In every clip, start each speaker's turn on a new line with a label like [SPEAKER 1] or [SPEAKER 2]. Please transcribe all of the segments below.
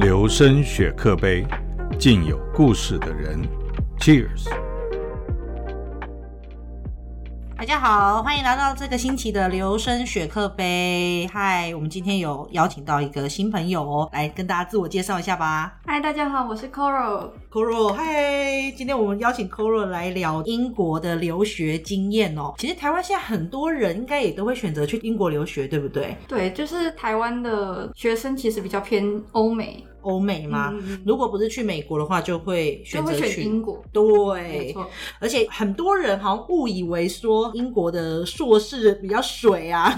[SPEAKER 1] 求生雪克杯，敬有故事的人。Cheers！
[SPEAKER 2] 大家好，欢迎来到这个星期的留声雪克杯。嗨，我们今天有邀请到一个新朋友哦，来跟大家自我介绍一下吧。
[SPEAKER 3] 嗨，大家好，我是 Coro。
[SPEAKER 2] Coro，嗨，今天我们邀请 Coro 来聊英国的留学经验哦。其实台湾现在很多人应该也都会选择去英国留学，对不对？
[SPEAKER 3] 对，就是台湾的学生其实比较偏欧美，
[SPEAKER 2] 欧美嘛，
[SPEAKER 3] 嗯
[SPEAKER 2] 如果不是去美国的话，就会
[SPEAKER 3] 就
[SPEAKER 2] 选择
[SPEAKER 3] 会
[SPEAKER 2] 去
[SPEAKER 3] 选英国。没
[SPEAKER 2] 对，
[SPEAKER 3] 错，
[SPEAKER 2] 而且很多人好像误以为说英国的硕士比较水啊，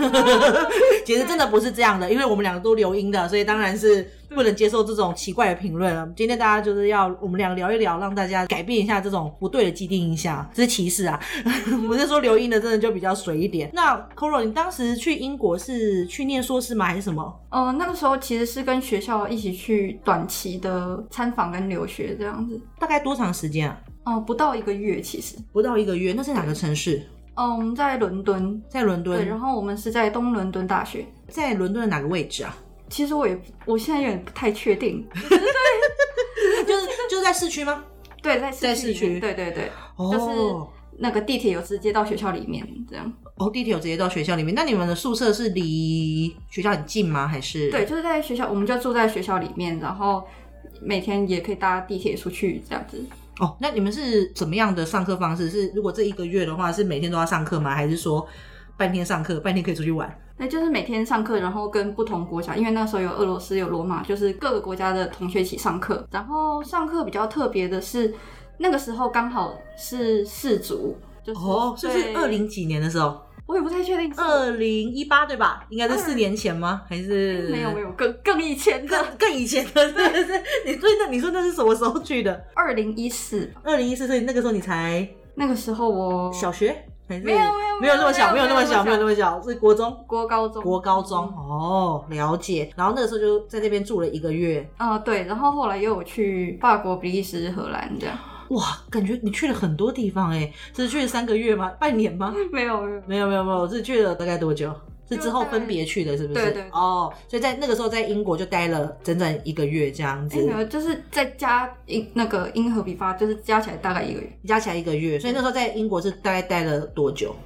[SPEAKER 2] 其实真的不是这样的，因为我们两个都留英的，所以当然是不能接受这种奇怪的评论了。今天大家就是要我们两个聊一聊，让大家改变一下这种不对的既定印象，这是歧视啊！ 我是说留英的真的就比较水一点。那 Coro，你当时去英国是去念硕士吗，还是什么？
[SPEAKER 3] 呃，那个时候其实是跟学校一起去短期的参访跟留学这样子，
[SPEAKER 2] 大概多长时间啊？
[SPEAKER 3] 哦、不到一个月其实。
[SPEAKER 2] 不到一个月。那是哪个城市？
[SPEAKER 3] 嗯、我们在伦敦，
[SPEAKER 2] 在伦敦。
[SPEAKER 3] 对，然后我们是在东伦敦大学。
[SPEAKER 2] 在伦敦的哪个位置啊？
[SPEAKER 3] 其实我也我现在有点不太确定，
[SPEAKER 2] 就是就是在市区吗？
[SPEAKER 3] 对，在市
[SPEAKER 2] 在市
[SPEAKER 3] 里面
[SPEAKER 2] 区
[SPEAKER 3] 对对对，
[SPEAKER 2] 哦
[SPEAKER 3] 那个地铁有直接到学校里面这样。
[SPEAKER 2] 哦，地铁有直接到学校里面。那你们的宿舍是离学校很近吗？还是
[SPEAKER 3] 对，？就是在学校，我们就住在学校里面，然后每天也可以搭地铁出去这样子。
[SPEAKER 2] 哦，那你们是怎么样的上课方式？是如果这一个月的话，是每天都要上课吗？还是说半天上课，半天可以出去玩？
[SPEAKER 3] 那就是每天上课，然后跟不同国家，因为那时候有俄罗斯、有罗马，就是各个国家的同学一起上课。然后上课比较特别的是，那个时候刚好是世足，就是
[SPEAKER 2] 哦，是不是
[SPEAKER 3] 对
[SPEAKER 2] 二零几年的时候？
[SPEAKER 3] 我也不太确定是，
[SPEAKER 2] 二零一八对吧？应该是四年前吗？还是
[SPEAKER 3] 嗯没有没有更更以前的
[SPEAKER 2] 更更以前的？对对 对。你所以那你说那是什么时候去的？
[SPEAKER 3] 二零一四，
[SPEAKER 2] 二零一四，所以那个时候你才
[SPEAKER 3] 那个时候我
[SPEAKER 2] 小学？还是
[SPEAKER 3] 没有没有
[SPEAKER 2] 没有那么小，没
[SPEAKER 3] 没
[SPEAKER 2] 有
[SPEAKER 3] 有
[SPEAKER 2] 那么小，没有
[SPEAKER 3] 没有
[SPEAKER 2] 那么小，是国中。
[SPEAKER 3] 国高中
[SPEAKER 2] 国高中
[SPEAKER 3] 嗯
[SPEAKER 2] 哦，了解。然后那个时候就在那边住了一个月，
[SPEAKER 3] 啊、对，然后后来又有去法国、比利时、荷兰这样，
[SPEAKER 2] 哇，感觉你去了很多地方哎、是去了三个月吗？半年吗？
[SPEAKER 3] 没有没有。
[SPEAKER 2] 没有没有没有，我是去了大概多久？是
[SPEAKER 3] 嗯就
[SPEAKER 2] 之后
[SPEAKER 3] 大概
[SPEAKER 2] 分别去的，是不是？
[SPEAKER 3] 对对
[SPEAKER 2] 哦，所以在那个时候在英国就待了整整一个月这样
[SPEAKER 3] 哎，
[SPEAKER 2] 子
[SPEAKER 3] 没，有，就是再加英那个英和比发，就是加起来大概一个月，
[SPEAKER 2] 加起来一个月。所以那时候在英国是大概待了多久？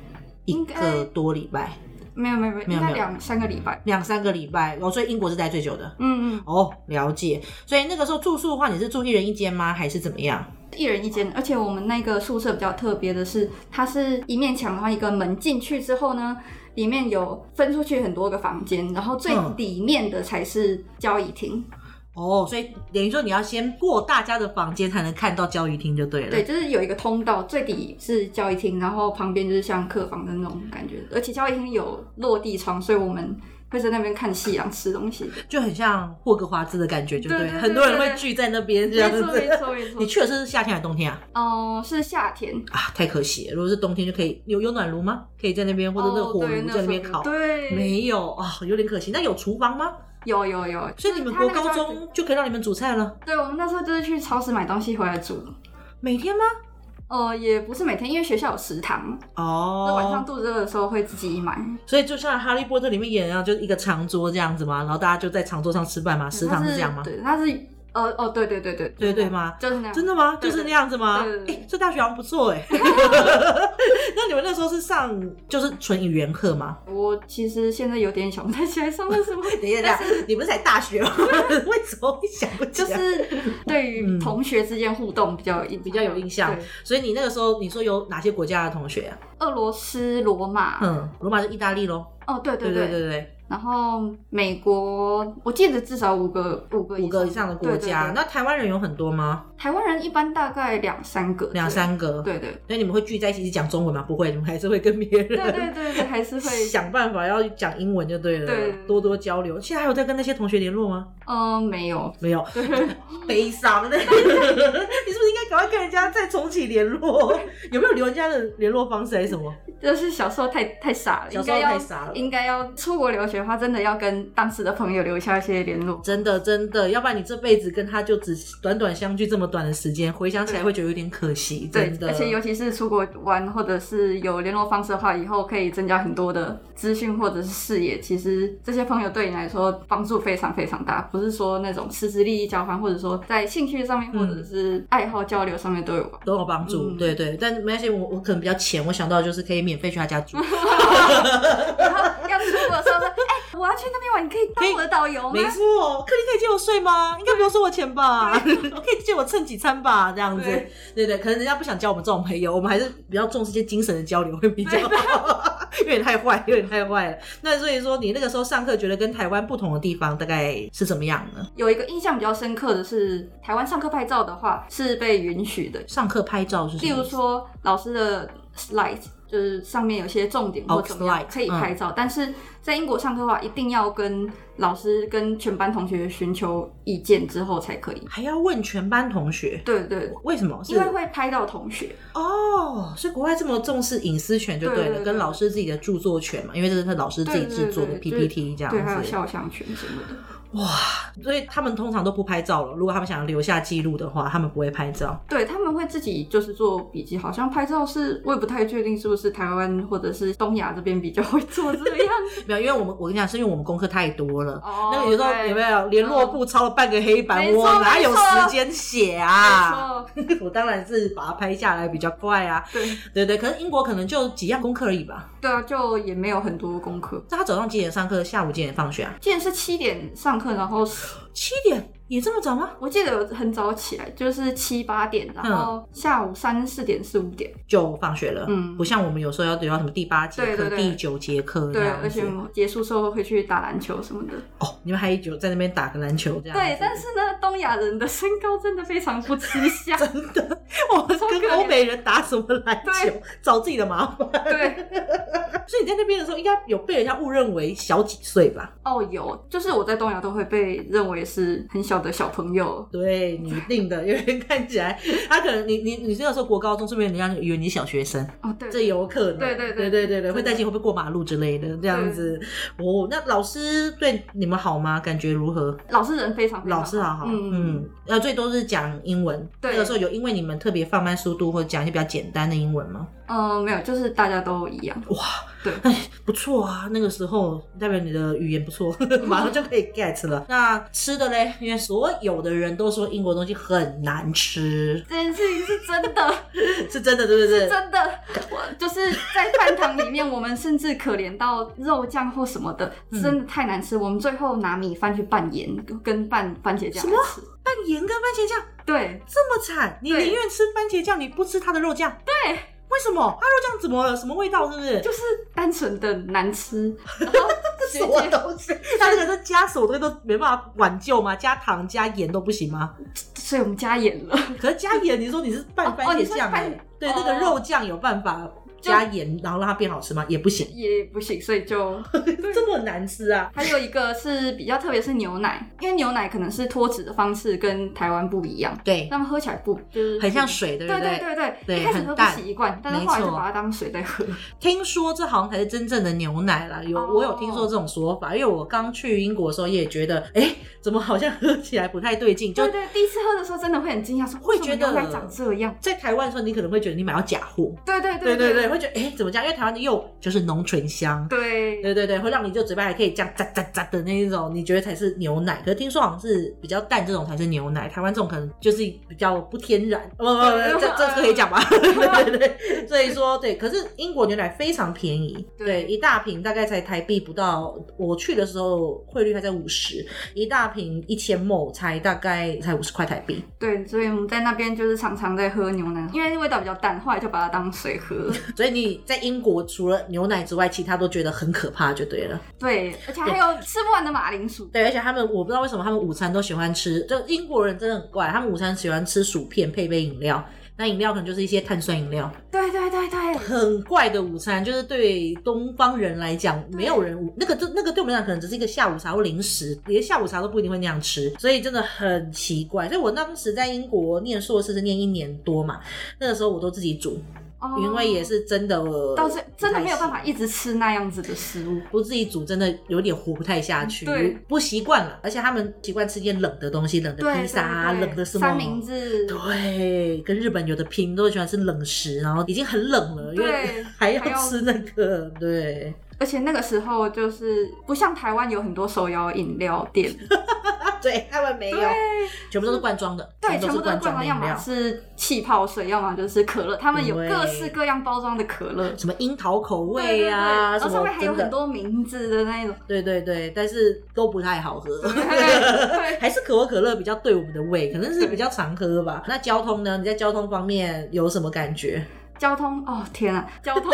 [SPEAKER 2] 一
[SPEAKER 3] 应该
[SPEAKER 2] 个多礼拜，
[SPEAKER 3] 没有没有没有，
[SPEAKER 2] 没有
[SPEAKER 3] 应
[SPEAKER 2] 没
[SPEAKER 3] 该
[SPEAKER 2] 有
[SPEAKER 3] 两三个礼拜。
[SPEAKER 2] 两三个礼拜。哦，所以英国是待最久的。
[SPEAKER 3] 嗯嗯，
[SPEAKER 2] 哦，了解。所以那个时候住宿的话，你是住一人一间吗？还是怎么样？
[SPEAKER 3] 一人一间，而且我们那个宿舍比较特别的是，它是一面墙，然后一个门，进去之后呢，里面有分出去很多个房间，然后最
[SPEAKER 2] 嗯
[SPEAKER 3] 里面的才是交易厅。
[SPEAKER 2] 哦，所以等于说你要先过大家的房间才能看到交易厅就对了。
[SPEAKER 3] 对，，就是有一个通道，最底是交易厅，然后旁边就是像客房的那种感觉，而且交易厅有落地窗，所以我们会在那边看夕阳、吃东西。
[SPEAKER 2] 就很像霍格华兹的感觉，就
[SPEAKER 3] 对
[SPEAKER 2] 对
[SPEAKER 3] 对
[SPEAKER 2] 了，
[SPEAKER 3] 对
[SPEAKER 2] 很多人
[SPEAKER 3] 对
[SPEAKER 2] 会
[SPEAKER 3] 对
[SPEAKER 2] 聚在那 边这
[SPEAKER 3] 没
[SPEAKER 2] 样
[SPEAKER 3] 错没
[SPEAKER 2] 子。
[SPEAKER 3] 错没错
[SPEAKER 2] 你。去的是夏天还是冬天啊？
[SPEAKER 3] 哦、是夏天，
[SPEAKER 2] 啊，太可惜了！如果是冬天就可以有有暖炉吗？可以在那边或者热
[SPEAKER 3] 哦
[SPEAKER 2] 火
[SPEAKER 3] 对
[SPEAKER 2] 炉
[SPEAKER 3] 那
[SPEAKER 2] 在那边
[SPEAKER 3] 时
[SPEAKER 2] 烤
[SPEAKER 3] 候。对，
[SPEAKER 2] 没有啊、有点可惜。那有厨房吗？
[SPEAKER 3] 有有有，
[SPEAKER 2] 所以你们国高
[SPEAKER 3] 就是他那个时候
[SPEAKER 2] 中就可以让你们煮菜了，
[SPEAKER 3] 对我们那时候就是去超市买东西回来煮，
[SPEAKER 2] 每天吗？
[SPEAKER 3] 呃，也不是每天，因为学校有食堂，那、晚上
[SPEAKER 2] 哦，
[SPEAKER 3] 肚子饿的时候会自己买。
[SPEAKER 2] 所以就像《哈利波特》里面演的一样，就是一个长桌这样子嘛，然后大家就在长桌上吃饭嘛，食堂
[SPEAKER 3] 嗯它
[SPEAKER 2] 是这样吗？
[SPEAKER 3] 对，它是呃哦对对对对
[SPEAKER 2] 对对吗
[SPEAKER 3] 就是那样，
[SPEAKER 2] 真的吗？就
[SPEAKER 3] 对
[SPEAKER 2] 是那样子吗？
[SPEAKER 3] 对对对
[SPEAKER 2] 哎、这大学好像不错哎、 那你们那时候是上就是纯语言课吗？
[SPEAKER 3] 我其实现在有点想不太起来上的什 么
[SPEAKER 2] 等一下，等一下，你不是才大学吗？ 为什么会想不起
[SPEAKER 3] 就
[SPEAKER 2] 来？
[SPEAKER 3] 是对于
[SPEAKER 2] 嗯
[SPEAKER 3] 同学之间互动比较印
[SPEAKER 2] 比较有印象
[SPEAKER 3] 对
[SPEAKER 2] 所以你那个时候，你说有哪些国家的同学啊？
[SPEAKER 3] 俄罗斯、罗马，
[SPEAKER 2] 嗯，罗马是意大利咯。
[SPEAKER 3] 哦，对啊对
[SPEAKER 2] 对对对，
[SPEAKER 3] 然后美国，我记得至少五个五个
[SPEAKER 2] 五个以上的国家。
[SPEAKER 3] 对对对
[SPEAKER 2] 那台湾人有很多吗？
[SPEAKER 3] 台湾人一般大概两三个，
[SPEAKER 2] 两三个。，
[SPEAKER 3] 对对
[SPEAKER 2] 那你们会聚在一起讲中文吗？不会，你们还是会跟别 人。
[SPEAKER 3] 对对对对对，还是会
[SPEAKER 2] 想办法要讲英文就对了，
[SPEAKER 3] 对
[SPEAKER 2] 多多交流。现在还有在跟那些同学联络吗？
[SPEAKER 3] 嗯、没有，
[SPEAKER 2] 没 有，
[SPEAKER 3] 对
[SPEAKER 2] 悲伤 的，你是不是应该赶快跟人家再重启联络？ 有没有留人家 的联络方式还是什么？
[SPEAKER 3] 就是小时候太太傻了，
[SPEAKER 2] 小
[SPEAKER 3] 应
[SPEAKER 2] 时候
[SPEAKER 3] 该
[SPEAKER 2] 太
[SPEAKER 3] 要
[SPEAKER 2] 傻了
[SPEAKER 3] 应该要出国留学的话，真的要跟当时的朋友留下一些联络。
[SPEAKER 2] 真的真的，要不然你这辈子跟他就只短短相聚这么短的时间，回想起来会觉得有点可惜。
[SPEAKER 3] 对
[SPEAKER 2] 真，的，
[SPEAKER 3] 而且尤其是出国玩或者是有联络方式的话，以后可以增加很多的资讯或者是视野。其实这些朋友对你来说帮助非常非常大，不是说那种实质利益交换，或者说在兴趣上面或者是爱好交流上面都有吧。
[SPEAKER 2] 都有帮助。
[SPEAKER 3] 嗯
[SPEAKER 2] 对对，但没关系，我我可能比较浅，我想到的就是可以免费去他家住。
[SPEAKER 3] 然后要出国的时候说，哎、我要去那边玩，你可以当我的导游吗？
[SPEAKER 2] 没错，克林可以借我睡吗？应该不用收我钱吧？ 可以借我蹭几餐吧？这样子，
[SPEAKER 3] 对
[SPEAKER 2] 对对，可能人家不想交我们这种朋友，我们还是比较重视一些精神的交流会比较好。 有点太坏，有点太坏了。那所以说，你那个时候上课觉得跟台湾不同的地方大概是什么样呢？
[SPEAKER 3] 有一个印象比较深刻的是，台湾上课拍照的话是被允许的，
[SPEAKER 2] 上课拍照是什
[SPEAKER 3] 例
[SPEAKER 2] 么
[SPEAKER 3] 如
[SPEAKER 2] 意思？
[SPEAKER 3] 说老师的 slide 就是上面有些重点或
[SPEAKER 2] 哦
[SPEAKER 3] 怎么样
[SPEAKER 2] slide，
[SPEAKER 3] 可以拍
[SPEAKER 2] 嗯
[SPEAKER 3] 照，但是在英国上课的话，一定要跟老师跟全班同学寻求意见之后才可以。
[SPEAKER 2] 还要问全班同学，
[SPEAKER 3] 对对，
[SPEAKER 2] 为什么？是
[SPEAKER 3] 因为会拍到同学。
[SPEAKER 2] 哦，所以国外这么重视隐私权就对了，
[SPEAKER 3] 对对对
[SPEAKER 2] 跟老师自己的著作权嘛，因为这是他老师自己制作的
[SPEAKER 3] 对对对
[SPEAKER 2] PPT 这样子。
[SPEAKER 3] 对，还有肖像权什么的。
[SPEAKER 2] 所以他们通常都不拍照了。如果他们想留下记录的话，他们不会拍照。
[SPEAKER 3] 对他们会自己就是做笔记，好像拍照是我也不太确定是不是台湾或者是东亚这边比较会做这样。
[SPEAKER 2] 没有，因为我们我跟你讲，是因为我们功课太多了。
[SPEAKER 3] 哦
[SPEAKER 2] 那个有时候
[SPEAKER 3] 对
[SPEAKER 2] 有没有联络簿抄了半个黑板，
[SPEAKER 3] 没错
[SPEAKER 2] 我哪有
[SPEAKER 3] 没错
[SPEAKER 2] 时间写啊？
[SPEAKER 3] 没错，
[SPEAKER 2] 我当然是把它拍下来比较快啊。
[SPEAKER 3] 对
[SPEAKER 2] 对对，可是英国可能就几样功课而已吧。
[SPEAKER 3] 对啊，就也没有很多功课。
[SPEAKER 2] 那他早上几点上课，下午几点放学啊？
[SPEAKER 3] 记得是七点上课，然后
[SPEAKER 2] 七点也这么早吗？
[SPEAKER 3] 我记得有很早起来，就是七八点，
[SPEAKER 2] 嗯
[SPEAKER 3] 然后下午三四点四五点，
[SPEAKER 2] 就放学了，
[SPEAKER 3] 嗯
[SPEAKER 2] 不像我们有时候要留到什么第八节课、
[SPEAKER 3] 对对对
[SPEAKER 2] 第九节课这
[SPEAKER 3] 对，
[SPEAKER 2] 样
[SPEAKER 3] 而且
[SPEAKER 2] 子
[SPEAKER 3] 我。们结束之后会去打篮球什么的。
[SPEAKER 2] 哦，你们还有在那边打个篮球这样子。
[SPEAKER 3] 对，但是呢，东亚人的身高真的非常不吃 香，
[SPEAKER 2] 我
[SPEAKER 3] 超
[SPEAKER 2] 跟
[SPEAKER 3] 可怜
[SPEAKER 2] 欧美人打什么篮球
[SPEAKER 3] 对，
[SPEAKER 2] 找自己的麻烦。
[SPEAKER 3] 对，
[SPEAKER 2] 所以你在那边的时候，应该有被人家误认为小几岁吧？
[SPEAKER 3] 哦，有，就是我在东亚都会被认为是很小的小朋友，
[SPEAKER 2] 对，你一定的，有人看起 来，他可能你你你那个时候国高中，顺便人家以为你小学生，
[SPEAKER 3] 哦，对，
[SPEAKER 2] 这有可能。
[SPEAKER 3] 对
[SPEAKER 2] 对
[SPEAKER 3] 对
[SPEAKER 2] 对
[SPEAKER 3] 对
[SPEAKER 2] 对
[SPEAKER 3] 真的
[SPEAKER 2] 会担心会不会过马路之类的这样子。哦，那老师对你们好吗？感觉如何？
[SPEAKER 3] 老师人非常非常
[SPEAKER 2] 老师好好，
[SPEAKER 3] 嗯
[SPEAKER 2] 嗯，呃，最多是讲英文。
[SPEAKER 3] 对
[SPEAKER 2] 那个时候有因为你们特别放慢速度，或者讲一些比较简单的英文吗？
[SPEAKER 3] 嗯，没有，就是大家都一样，
[SPEAKER 2] 不错啊，那个时候代表你的语言不错， 马上就可以 get 了。那吃的嘞，因为所有的人都说英国东西很难吃，
[SPEAKER 3] 这件事情是真 的。
[SPEAKER 2] 是真的，对不对？
[SPEAKER 3] 真的， 我就是在饭堂里面，我们甚至可怜到肉酱或什么的，
[SPEAKER 2] 嗯
[SPEAKER 3] 真的太难吃。我们最后拿米饭去拌盐，跟拌番茄酱
[SPEAKER 2] 什
[SPEAKER 3] 来
[SPEAKER 2] 么
[SPEAKER 3] 吃。
[SPEAKER 2] 拌盐跟番茄酱
[SPEAKER 3] 对，
[SPEAKER 2] 这么惨，你
[SPEAKER 3] 对
[SPEAKER 2] 宁愿吃番茄酱，你不吃它的肉酱？
[SPEAKER 3] 对，
[SPEAKER 2] 为什么？它肉酱怎么了？什么味道？是不 是？
[SPEAKER 3] 就是单纯的难 吃。然后学
[SPEAKER 2] 什么
[SPEAKER 3] 姐
[SPEAKER 2] 东西？它这个是加什么东西都没办法挽救吗？加糖加盐都不行吗？
[SPEAKER 3] 所以我们加盐了。
[SPEAKER 2] 可是加盐，你说你是
[SPEAKER 3] 哦
[SPEAKER 2] 拌
[SPEAKER 3] 哦
[SPEAKER 2] 番茄
[SPEAKER 3] 你说
[SPEAKER 2] 酱、
[SPEAKER 3] 拌
[SPEAKER 2] 欸，对，那个
[SPEAKER 3] 哦
[SPEAKER 2] 肉酱有办法
[SPEAKER 3] 就
[SPEAKER 2] 加盐，然后让它变好吃吗？也不行，
[SPEAKER 3] 也不行，所以就
[SPEAKER 2] 这么难吃啊！
[SPEAKER 3] 还有一个是比较特别是牛奶，因为牛奶可能是脱脂的方式跟台湾不一样，
[SPEAKER 2] 对，
[SPEAKER 3] 那么喝起来不就是
[SPEAKER 2] 很像水，对不
[SPEAKER 3] 嗯对对对对，
[SPEAKER 2] 对
[SPEAKER 3] 一开始
[SPEAKER 2] 很
[SPEAKER 3] 喝不
[SPEAKER 2] 淡
[SPEAKER 3] 习惯，但是后来就
[SPEAKER 2] 没错
[SPEAKER 3] 把它当水在喝。
[SPEAKER 2] 听说这好像才是真正的牛奶啦，有、
[SPEAKER 3] 哦
[SPEAKER 2] 我有听说这种说法，因为我刚去英国的时候也觉得，哎、怎么好像喝起来不太对劲，就
[SPEAKER 3] 对对，第一次喝的时候真的会很惊讶，说
[SPEAKER 2] 会觉得
[SPEAKER 3] 为什么牛奶长这样。
[SPEAKER 2] 在台湾的时候，你可能会觉得你买到假货，
[SPEAKER 3] 对对
[SPEAKER 2] 对对
[SPEAKER 3] 对
[SPEAKER 2] 对，会觉得哎、诶怎么这样？因为台湾的柚就是浓醇香。
[SPEAKER 3] 对
[SPEAKER 2] 对对对，会让你就嘴巴还可以这样喳喳喳的那一种，你觉得才是牛奶？可是听说好像是比较淡这种才是牛奶，台湾这种可能就是比较不天然。不不不，这这可以讲吧？对对对，所以说对，可是英国牛奶非常便宜，对，
[SPEAKER 3] 对
[SPEAKER 2] 一大瓶大概才台币不到，我去的时候汇率还在五十，一大瓶一千亩才大概才五十块台币。
[SPEAKER 3] 对，所以我们在那边就是常常在喝牛奶，因为味道比较淡，后来就把它当水喝 了。
[SPEAKER 2] 所以你在英国除了牛奶之外，其他都觉得很可怕，就对了。
[SPEAKER 3] 对，而且还有吃不完的马铃薯。
[SPEAKER 2] 对，而且他们我不知道为什么他们午餐都喜欢吃，就英国人真的很怪，他们午餐喜欢吃薯片配杯饮料，那饮料可能就是一些碳酸饮料，
[SPEAKER 3] 对对对对，
[SPEAKER 2] 很怪的午餐，就是对东方人来讲，没有人午那个就那个对我们来讲可能只是一个下午茶或零食，连下午茶都不一定会那样吃，所以真的很奇怪。所以我当时在英国念硕士是念一年多嘛，那个时候我都自己煮，
[SPEAKER 3] 哦
[SPEAKER 2] 因为也是真的，
[SPEAKER 3] 到这真的没有办
[SPEAKER 2] 法，
[SPEAKER 3] 法一直吃那样子的食物。
[SPEAKER 2] 不自己煮真的有点活不太下去，
[SPEAKER 3] 嗯对，
[SPEAKER 2] 不习惯了，而且他们习惯吃点冷的东西，冷的
[SPEAKER 3] 对，
[SPEAKER 2] 披萨啊，
[SPEAKER 3] 对对
[SPEAKER 2] 冷的什么
[SPEAKER 3] 三明治，
[SPEAKER 2] 对，跟日本有的拼都喜欢吃冷食，然后已经很冷了，因为
[SPEAKER 3] 对
[SPEAKER 2] 还要
[SPEAKER 3] 还要
[SPEAKER 2] 吃那个，对，
[SPEAKER 3] 而且那个时候就是不像台湾有很多手摇饮料店，
[SPEAKER 2] 啊对他们没有，全部都是罐装的，
[SPEAKER 3] 对，全
[SPEAKER 2] 都
[SPEAKER 3] 部
[SPEAKER 2] 是
[SPEAKER 3] 都是
[SPEAKER 2] 罐
[SPEAKER 3] 罐
[SPEAKER 2] 装
[SPEAKER 3] 装，
[SPEAKER 2] 饮
[SPEAKER 3] 要么
[SPEAKER 2] 料，
[SPEAKER 3] 是气泡水，要么就是可乐，他们有
[SPEAKER 2] 对
[SPEAKER 3] 各式各样包装的可乐，
[SPEAKER 2] 什么樱桃口
[SPEAKER 3] 对
[SPEAKER 2] 味啊，
[SPEAKER 3] 对对然后
[SPEAKER 2] 什
[SPEAKER 3] 上
[SPEAKER 2] 么
[SPEAKER 3] 面还有
[SPEAKER 2] 真的
[SPEAKER 3] 很多名字的那一种，
[SPEAKER 2] 对对对，但是都不太好喝。
[SPEAKER 3] 对
[SPEAKER 2] 还是可口可乐比较对我们的胃，可能是比较常喝吧。那交通呢？你在交通方面有什么感觉？
[SPEAKER 3] 交通哦天啊，交 通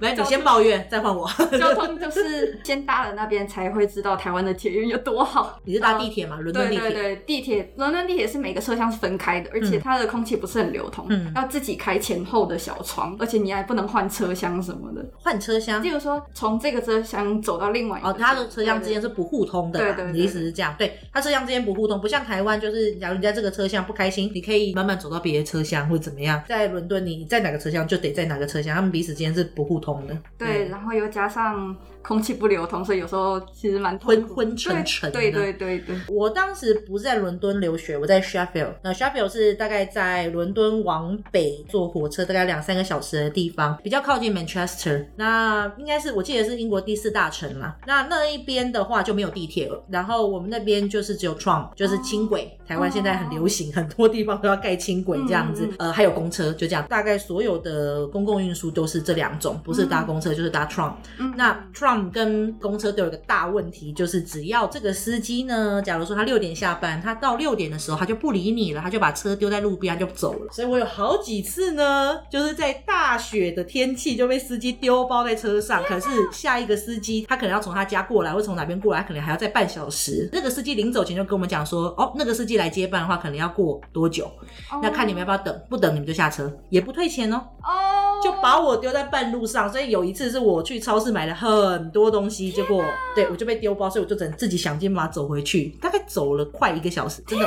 [SPEAKER 2] 来，你先抱怨，再换我。
[SPEAKER 3] 交通就是先搭了那边才会知道台湾的铁运有多好。
[SPEAKER 2] 你是搭地铁嘛？伦敦地
[SPEAKER 3] 对哦对
[SPEAKER 2] 铁。
[SPEAKER 3] 对，地铁伦敦地铁是每个车厢是分开的，而且它的空气不是很流通，
[SPEAKER 2] 嗯
[SPEAKER 3] 要自己开前后的小窗，而且你还不能换车厢什么的。
[SPEAKER 2] 换车厢
[SPEAKER 3] 例如说，从这个车厢走到另外一个
[SPEAKER 2] 哦，它的车厢之间是不互通的啦。
[SPEAKER 3] 对对对
[SPEAKER 2] 你的意思是这样？对，它车厢之间不互通，不像台湾，就是假如你在这个车厢不开心，你可以慢慢走到别的车厢或怎么样。在伦敦，你在哪个车厢就得在哪个车厢，他们彼此之间是不互通的。
[SPEAKER 3] 对对
[SPEAKER 2] 嗯，
[SPEAKER 3] 对，然后又加上空气不流通，所以有时候其实蛮痛
[SPEAKER 2] 昏
[SPEAKER 3] 苦
[SPEAKER 2] 昏沉沉的。
[SPEAKER 3] 对对对对对，
[SPEAKER 2] 我当时不是在伦敦留学，我在 Sheffield。那 Sheffield 是大概在伦敦往北坐火车大概两三个小时的地方，比较靠近 Manchester。那应该是我记得是英国第四大城啦。那那一边的话就没有地铁了，然后我们那边就是只有 tram，就是轻轨。台湾现在很流行，很多地方都要盖轻轨这样子。
[SPEAKER 3] 嗯嗯
[SPEAKER 2] 呃，还有公车，就这样。大概所有的公共运输都是这两种，不是搭公车就是搭 tram。
[SPEAKER 3] 嗯
[SPEAKER 2] 那 Trump 跟公车都有一个大问题，就是只要这个司机呢，假如说他六点下班，他到六点的时候他就不理你了，他就把车丢在路边，他就走了。所以我有好几次呢，就是在大雪的天气就被司机丢包在车上，可是下一个司机他可能要从他家过来，或从哪边过来，他可能还要再半小时。那个司机临走前就跟我们讲说，哦，那个司机来接班的话，可能要过多久？
[SPEAKER 3] 哦
[SPEAKER 2] 那看你们要不要等，不等你们就下车，也不退钱哦。
[SPEAKER 3] 哦，
[SPEAKER 2] 就把我丢在半路上，所以有一次是我去超市买了很多东西，结果对我就被丢包，所以我就只能自己想尽办法走回去，大概走了快一个小时，真的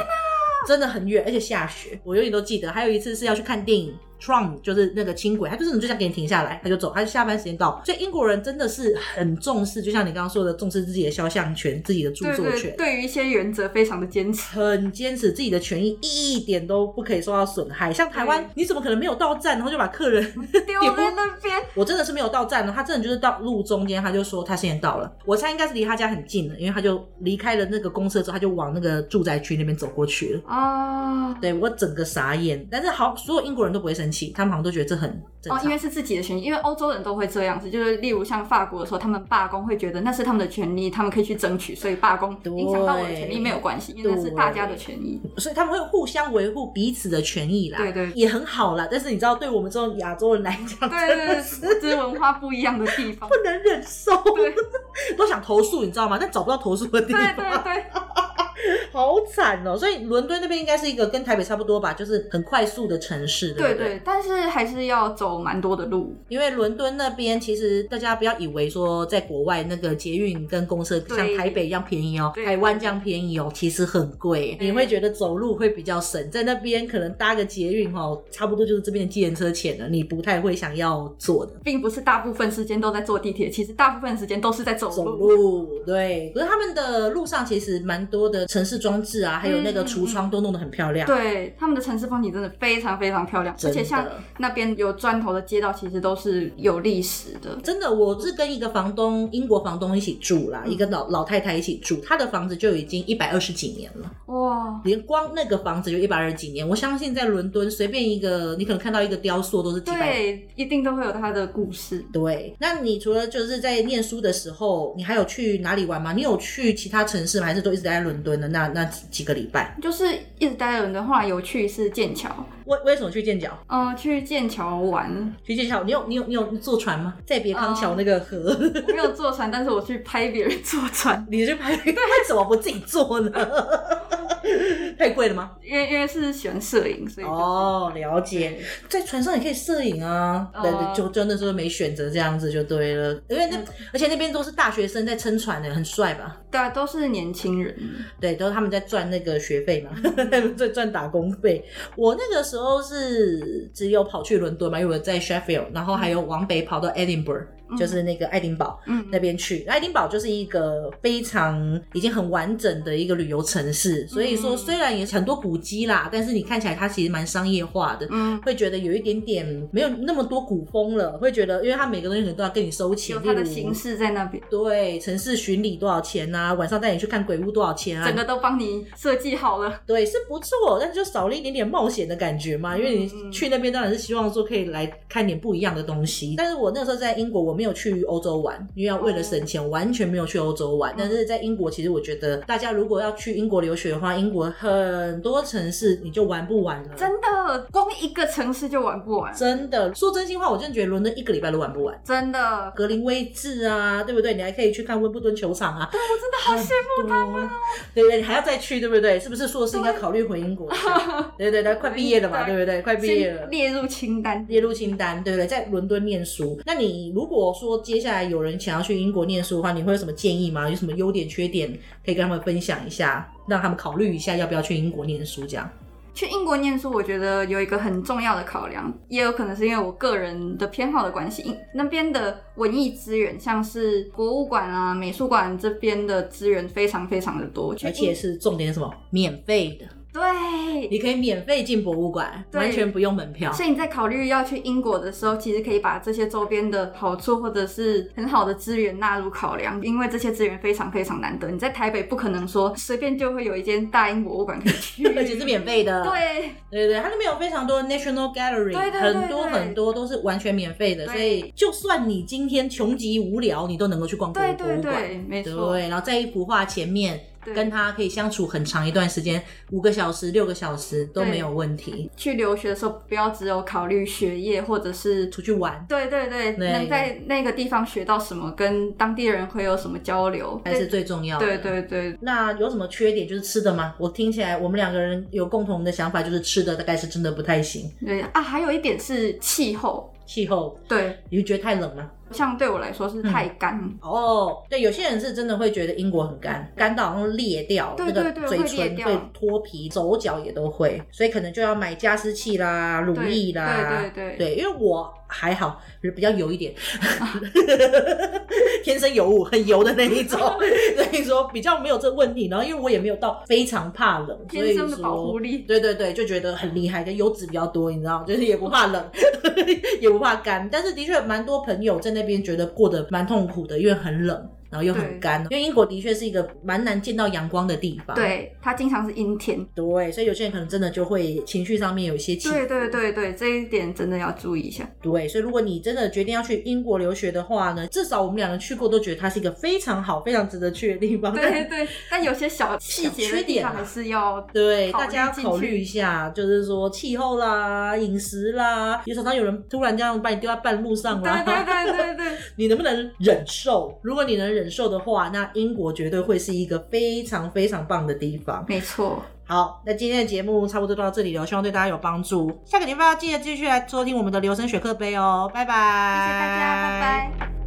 [SPEAKER 2] 真的很远，而且下雪，我永远都记得。还有一次是要去看电影。Tram 就是那个轻轨，他就是你就想给你停下来，他就走，他就下班时间到。所以英国人真的是很重视，就像你刚刚说的，重视自己的肖像权、自己的著
[SPEAKER 3] 对
[SPEAKER 2] 作
[SPEAKER 3] 对，
[SPEAKER 2] 权，
[SPEAKER 3] 对于一些原则非常的坚持。
[SPEAKER 2] 很坚持自己的权益，一点都不可以受到损害。像台湾
[SPEAKER 3] 对，
[SPEAKER 2] 你怎么可能没有到站，然后就把客人
[SPEAKER 3] 丢在那边，
[SPEAKER 2] 我真的是没有到站了，他真的就是到路中间，他就说他现在到了。我猜应该是离他家很近的，因为他就离开了那个公厕之后，他就往那个住宅区那边走过去了。
[SPEAKER 3] 啊。
[SPEAKER 2] 对我整个傻眼，但是好，所有英国人都不会生气，他们好像都觉得这很正
[SPEAKER 3] 哦，因
[SPEAKER 2] 常。
[SPEAKER 3] 为是自己的权益，因为欧洲人都会这样子，就是例如像法国的时候，他们罢工会觉得那是他们的权利，他们可以去争取，所以罢工
[SPEAKER 2] 对
[SPEAKER 3] 影响到我的权利没有关系，因为那是大家的权益。
[SPEAKER 2] 所以他们会互相维护彼此的权益啦，
[SPEAKER 3] 对对
[SPEAKER 2] 也很好啦。但是你知道，对我们这种亚洲人来讲，
[SPEAKER 3] 对
[SPEAKER 2] 真
[SPEAKER 3] 对
[SPEAKER 2] 的是
[SPEAKER 3] 对，这是文化不一样的地方
[SPEAKER 2] 不。能忍受，
[SPEAKER 3] 对
[SPEAKER 2] 都想投诉，你知道吗？但 找不到投诉的地
[SPEAKER 3] 对
[SPEAKER 2] 方。
[SPEAKER 3] 对对，
[SPEAKER 2] 好惨哦！所以伦敦那边应该是一个跟台北差不多吧，就是很快速的城市，
[SPEAKER 3] 对
[SPEAKER 2] 不对
[SPEAKER 3] 对，但是还是要走蛮多的路。
[SPEAKER 2] 因为伦敦那边其实大家不要以为说在国外那个捷运跟公车
[SPEAKER 3] 对
[SPEAKER 2] 像台北一样便宜哦，
[SPEAKER 3] 对
[SPEAKER 2] 台湾这样便宜哦，其实很贵。
[SPEAKER 3] 对
[SPEAKER 2] 你会觉得走路会比较省，在那边可能搭个捷运哦，差不多就是这边的计程车钱了，你不太会想要坐的。
[SPEAKER 3] 并不是大部分时间都在坐地铁，其实大部分时间都是在走路。
[SPEAKER 2] 走路对，可是他们的路上其实蛮多的城市装置啊，还有那个橱窗都弄得很漂亮。
[SPEAKER 3] 嗯对，他们的城市风景真的非常非常漂亮，而
[SPEAKER 2] 真的
[SPEAKER 3] 且像那边有砖头的街道，其实都是有历史的。
[SPEAKER 2] 真的，我是跟一个房东，英国房东一起住啦，
[SPEAKER 3] 嗯
[SPEAKER 2] 一个老老太太一起住，她的房子就已经一百二十几年了。
[SPEAKER 3] 哇，
[SPEAKER 2] 连光那个房子就一百二十几年，我相信在伦敦随便一个，你可能看到一个雕塑都是几百。
[SPEAKER 3] 对，一定都会有它的故事。
[SPEAKER 2] 对，那你除了就是在念书的时候，你还有去哪里玩吗？你有去其他城市吗？还是都一直待在伦敦的那那几几个礼拜？
[SPEAKER 3] 就是一直待在伦敦，后来有去一次剑桥，
[SPEAKER 2] 为为什么去剑桥？
[SPEAKER 3] 嗯、去剑桥玩，
[SPEAKER 2] 去剑桥，你有你有你有坐船吗？在别康桥那个河，
[SPEAKER 3] 我没有坐船， 但是我去拍别人坐船，
[SPEAKER 2] 你去 拍，为什么不自己坐呢？ 太贵了吗？
[SPEAKER 3] 因为因为是喜欢摄影，所以就
[SPEAKER 2] 哦，了解。在船上也可以摄影啊，
[SPEAKER 3] 哦
[SPEAKER 2] 对对，就就那时候没选择这样子就对了，
[SPEAKER 3] 嗯
[SPEAKER 2] 因为那、而且那边都是大学生在撑船的，很帅吧？
[SPEAKER 3] 对啊，都是年轻人，
[SPEAKER 2] 对，对，都是他们在赚那个学费嘛， 在赚打工费。我那个时候是只有跑去伦敦嘛，因为我在 Sheffield，然后还有往北跑到 Edinburgh，、
[SPEAKER 3] 嗯
[SPEAKER 2] 就是那个爱丁堡。
[SPEAKER 3] 嗯
[SPEAKER 2] 那边去。爱丁堡就是一个非常已经很完整的一个旅游城市，所以说
[SPEAKER 3] 嗯
[SPEAKER 2] 虽然也很多古迹啦，但是你看起来它其实蛮商业化的。
[SPEAKER 3] 嗯，
[SPEAKER 2] 会觉得有一点点没有那么多古风了，会觉得，因为它每个东西可能都要跟你收钱，
[SPEAKER 3] 有它的
[SPEAKER 2] 例如
[SPEAKER 3] 形式在那边，
[SPEAKER 2] 对城市巡礼多少钱呐、晚上带你去看鬼屋多少钱啊？
[SPEAKER 3] 整个都帮你设计好了。
[SPEAKER 2] 对是不错，但是就少了一点点冒险的感觉嘛。因为你
[SPEAKER 3] 嗯
[SPEAKER 2] 去那边当然是希望说可以来看点不一样的东
[SPEAKER 3] 嗯
[SPEAKER 2] 西。但是我那时候在英国，我没有去欧洲玩，因为要为了省
[SPEAKER 3] 哦
[SPEAKER 2] 钱，完全没有去欧洲玩。但是在英国，其实我觉得大家如果要去英国留学的话，英国很多城市你就玩不完了。
[SPEAKER 3] 真的，光一个城市就玩不完，
[SPEAKER 2] 真的说真心话，我真的觉得伦敦一个礼拜都玩不完。
[SPEAKER 3] 真的，
[SPEAKER 2] 格林威治啊，对不对？你还可以去看温布顿球场啊。对，我真的好羡慕他们哦。对对，你还要再去，对不对？是不是硕士应该考虑回英国一下？对对对，快毕业了嘛，对不对？快毕业了
[SPEAKER 3] 先。列入清单。
[SPEAKER 2] 列入清单，对不对？在伦敦念书，那你如果说接下来有人想要去英国念书的话，你会有什么建议吗？有什么优点、缺点可以跟他们分享一下，让他们考虑一下要不要去英国念书？这样，
[SPEAKER 3] 去英国念书，我觉得有一个很重要的考量，也有可能是因为我个人的偏好的关系，英那边的文艺资源，像是博物馆啊、美术馆这边的资源非常非常的多，去
[SPEAKER 2] 而
[SPEAKER 3] 英
[SPEAKER 2] 且是重点是什么？免费的，
[SPEAKER 3] 对。
[SPEAKER 2] 你可以免费进博物馆，
[SPEAKER 3] 对
[SPEAKER 2] 完全不用门票。
[SPEAKER 3] 所以你在考虑要去英国的时候，其实可以把这些周边的好处或者是很好的资源纳入考量，因为这些资源非常非常难得。你在台北不可能说随便就会有一间大英博物馆可
[SPEAKER 2] ，
[SPEAKER 3] 以去
[SPEAKER 2] 而且是免费的，
[SPEAKER 3] 对，
[SPEAKER 2] 对对，它那边有非常多 National Gallery，
[SPEAKER 3] 对对对
[SPEAKER 2] 很多
[SPEAKER 3] 对
[SPEAKER 2] 很多都是完全免费的，
[SPEAKER 3] 对
[SPEAKER 2] 所以就算你今天穷极无聊，你都能够去逛博
[SPEAKER 3] 对
[SPEAKER 2] 博
[SPEAKER 3] 对
[SPEAKER 2] 物馆。
[SPEAKER 3] 对，没错，
[SPEAKER 2] 对，然后在一幅画前面，
[SPEAKER 3] 对
[SPEAKER 2] 跟他可以相处很长一段时间，五个小时、六个小时都
[SPEAKER 3] 对
[SPEAKER 2] 没有问题。
[SPEAKER 3] 去留学的时候，不要只有考虑学业，或者是
[SPEAKER 2] 出去玩，
[SPEAKER 3] 对对对，
[SPEAKER 2] 对
[SPEAKER 3] 能在那个地方学到什么，跟当地人会有什么交流，
[SPEAKER 2] 才是最重要的。
[SPEAKER 3] 对对对，
[SPEAKER 2] 那有什么缺点？就是吃的吗？我听起来我们两个人有共同的想法，就是吃的大概是真的不太行。
[SPEAKER 3] 对啊，还有一点是气候，
[SPEAKER 2] 气候，
[SPEAKER 3] 对，
[SPEAKER 2] 你会觉得太冷吗？
[SPEAKER 3] 像对我来说是太干，
[SPEAKER 2] 哦，对，有些人是真的会觉得英国很干，干到好像裂掉，
[SPEAKER 3] 嗯对
[SPEAKER 2] 那
[SPEAKER 3] 对
[SPEAKER 2] 个
[SPEAKER 3] 对
[SPEAKER 2] 嘴
[SPEAKER 3] 会裂
[SPEAKER 2] 唇
[SPEAKER 3] 掉
[SPEAKER 2] 会脱皮，手脚也都会，所以可能就要买加湿器啦、乳
[SPEAKER 3] 对
[SPEAKER 2] 液啦。
[SPEAKER 3] 对对对，
[SPEAKER 2] 对，因为我还好，比较油一 点，天生油我，很油的那 一种，所以说比较没有这问题。然后因为我也没有到非常怕冷，所
[SPEAKER 3] 天
[SPEAKER 2] 以
[SPEAKER 3] 生的保护
[SPEAKER 2] 说。
[SPEAKER 3] 力，
[SPEAKER 2] 对对对，就觉得很厉害，跟油脂比较多，你知道，就是也不怕冷， 也不怕干。但是的确，蛮多朋友在那边觉得过得蛮痛苦的，因为很冷，然后又很
[SPEAKER 3] 对
[SPEAKER 2] 干。因为英国的确是一个蛮难见到阳光的地方，
[SPEAKER 3] 对，它经常是阴天，
[SPEAKER 2] 对，所以有些人可能真的就会情绪上面有一些起伏。
[SPEAKER 3] 对对对对，这一点真的要注意一下，
[SPEAKER 2] 对，所以如果你真的决定要去英国留学的话呢，至少我们两个去过都觉得它是一个非常好、非常值得去的地方。
[SPEAKER 3] 对对，哦但有些小细节
[SPEAKER 2] 小
[SPEAKER 3] 的
[SPEAKER 2] 缺
[SPEAKER 3] 地
[SPEAKER 2] 点
[SPEAKER 3] 方
[SPEAKER 2] 啊
[SPEAKER 3] 还是 要。
[SPEAKER 2] 对，
[SPEAKER 3] 考虑
[SPEAKER 2] 大家要
[SPEAKER 3] 进
[SPEAKER 2] 考虑
[SPEAKER 3] 去
[SPEAKER 2] 一下，就是说气候啦、饮食啦，也常常有人突然这样把你丢在半路上
[SPEAKER 3] 对
[SPEAKER 2] 啦，
[SPEAKER 3] 对对对对，
[SPEAKER 2] 你能不能忍受？如果你能忍受的话，那英国绝对会是一个非常非常棒的地方。
[SPEAKER 3] 没错，
[SPEAKER 2] 好，那今天的节目差不多到这里了，希望对大家有帮助。下个礼拜要记得继续来收听我们的留声学课杯哦，拜拜，
[SPEAKER 3] 谢谢大家，拜拜。